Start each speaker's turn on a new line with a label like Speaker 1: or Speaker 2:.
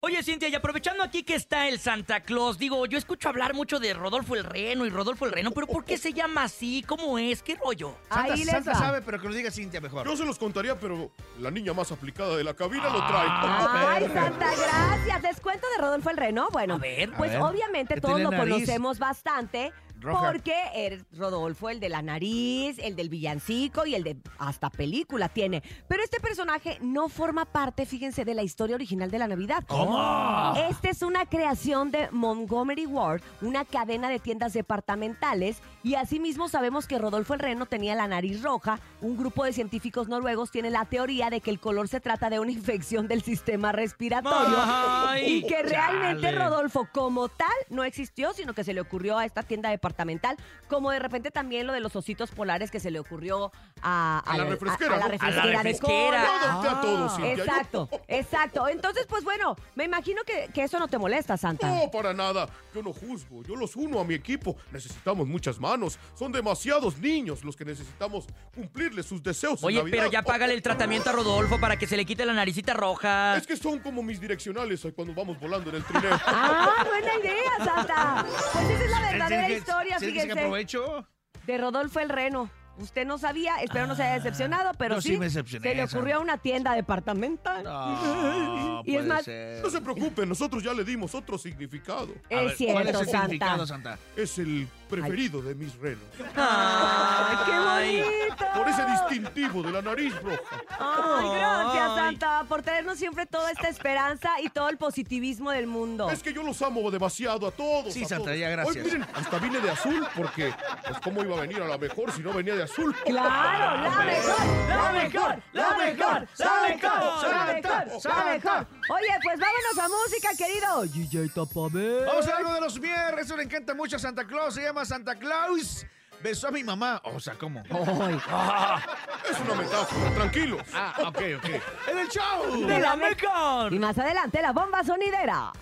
Speaker 1: Oye, Cintia, y aprovechando aquí que está el Santa Claus, digo, yo escucho hablar mucho de Rodolfo el Reno y Rodolfo el Reno, pero ¿por qué se llama así? ¿Cómo es? ¿Qué rollo?
Speaker 2: Santa,
Speaker 3: Ahí les
Speaker 2: Santa
Speaker 3: va.
Speaker 2: sabe, pero que lo diga Cintia mejor.
Speaker 4: Yo se los contaría, pero la niña más aplicada de la cabina lo
Speaker 1: Ah,
Speaker 4: trae.
Speaker 3: Ay, Santa, gracias. Descuento de Rodolfo el Reno. Bueno,
Speaker 1: A ver.
Speaker 3: pues
Speaker 2: A ver.
Speaker 3: obviamente
Speaker 2: Que
Speaker 3: todos
Speaker 2: tiene
Speaker 3: lo
Speaker 2: nariz
Speaker 3: conocemos bastante.
Speaker 2: roja.
Speaker 3: Porque el Rodolfo, el de la nariz, el del villancico y el de hasta película tiene. Pero este personaje no forma parte, fíjense, de la historia original de la Navidad.
Speaker 2: ¿Cómo?
Speaker 3: Esta es una creación de Montgomery Ward, una cadena de tiendas departamentales, y asimismo sabemos que Rodolfo el Reno tenía la nariz roja. Un grupo de científicos noruegos tiene la teoría de que el color se trata de una infección del sistema respiratorio
Speaker 1: Ay,
Speaker 3: y que realmente
Speaker 2: chale.
Speaker 3: Rodolfo como tal no existió, sino que se le ocurrió a esta tienda departamental, como de repente también lo de los ositos polares que se le ocurrió a,
Speaker 4: A la refresquera,
Speaker 3: a la
Speaker 4: ¿no? A la
Speaker 3: refresquera de
Speaker 1: refresquera.
Speaker 3: cola.
Speaker 4: Yo adopté a todos, Cintia. yo-
Speaker 3: Exacto, exacto. Entonces, pues bueno, me imagino que, que eso no te molesta, Santa.
Speaker 4: No, para nada. Yo no juzgo. Yo los uno a mi equipo. Necesitamos muchas manos. Son demasiados niños los que necesitamos cumplirles sus deseos. en
Speaker 1: Oye,
Speaker 4: Navidad. Oh,
Speaker 1: pero ya págale el tratamiento a Rodolfo para que se le quite la naricita roja.
Speaker 4: Es que son como mis direccionales ay, cuando vamos volando en el trineo.
Speaker 3: Ah, buena idea, Santa. Pues esa es la verdadera
Speaker 2: Sí, sí,
Speaker 3: historia,
Speaker 2: sí, sí, que
Speaker 3: fíjense,
Speaker 2: aprovecho?
Speaker 3: de Rodolfo el Reno. Usted no sabía, espero no se haya decepcionado, pero
Speaker 2: yo sí
Speaker 3: sí,
Speaker 2: me decepcioné,
Speaker 3: se le
Speaker 2: Santa.
Speaker 3: ocurrió a una tienda departamental.
Speaker 2: No,
Speaker 3: y es
Speaker 2: puede
Speaker 3: más,
Speaker 2: ser.
Speaker 4: No se preocupen, nosotros ya le dimos otro significado.
Speaker 2: A
Speaker 3: es
Speaker 2: ver, ¿Cuál
Speaker 3: cierto,
Speaker 2: es el significado,
Speaker 3: Santa.
Speaker 2: Santa?
Speaker 4: Es el preferido de mis renos.
Speaker 3: Ay,
Speaker 1: Ay.
Speaker 3: qué bonito.
Speaker 4: Por ese distintivo de la nariz roja.
Speaker 3: Ay, gracias,
Speaker 1: Ay.
Speaker 3: Santa, por traernos siempre toda esta esperanza y todo el positivismo del mundo.
Speaker 4: Es que yo los amo demasiado a todos.
Speaker 2: Oh. Sí,
Speaker 4: a
Speaker 2: Santa,
Speaker 4: todos.
Speaker 2: ya, gracias.
Speaker 4: Hoy miren, hasta vine de azul porque, pues, ¿cómo iba a venir a la mejor si no venía de azul?
Speaker 3: Claro, la mejor, la mejor, la mejor, la mejor, la mejor, la mejor. Oye, pues vámonos a música, querido. DJ Tapabé.
Speaker 2: Vamos a algo de los viernes. Eso le encanta mucho a Santa Claus. Se llama Santa Claus. Besó a mi mamá. O sea, ¿cómo?
Speaker 4: Es una metáfora, tranquilos.
Speaker 2: Ah, ok, ok. En el show.
Speaker 1: ¡De la mejor!
Speaker 3: Y más adelante, la bomba sonidera.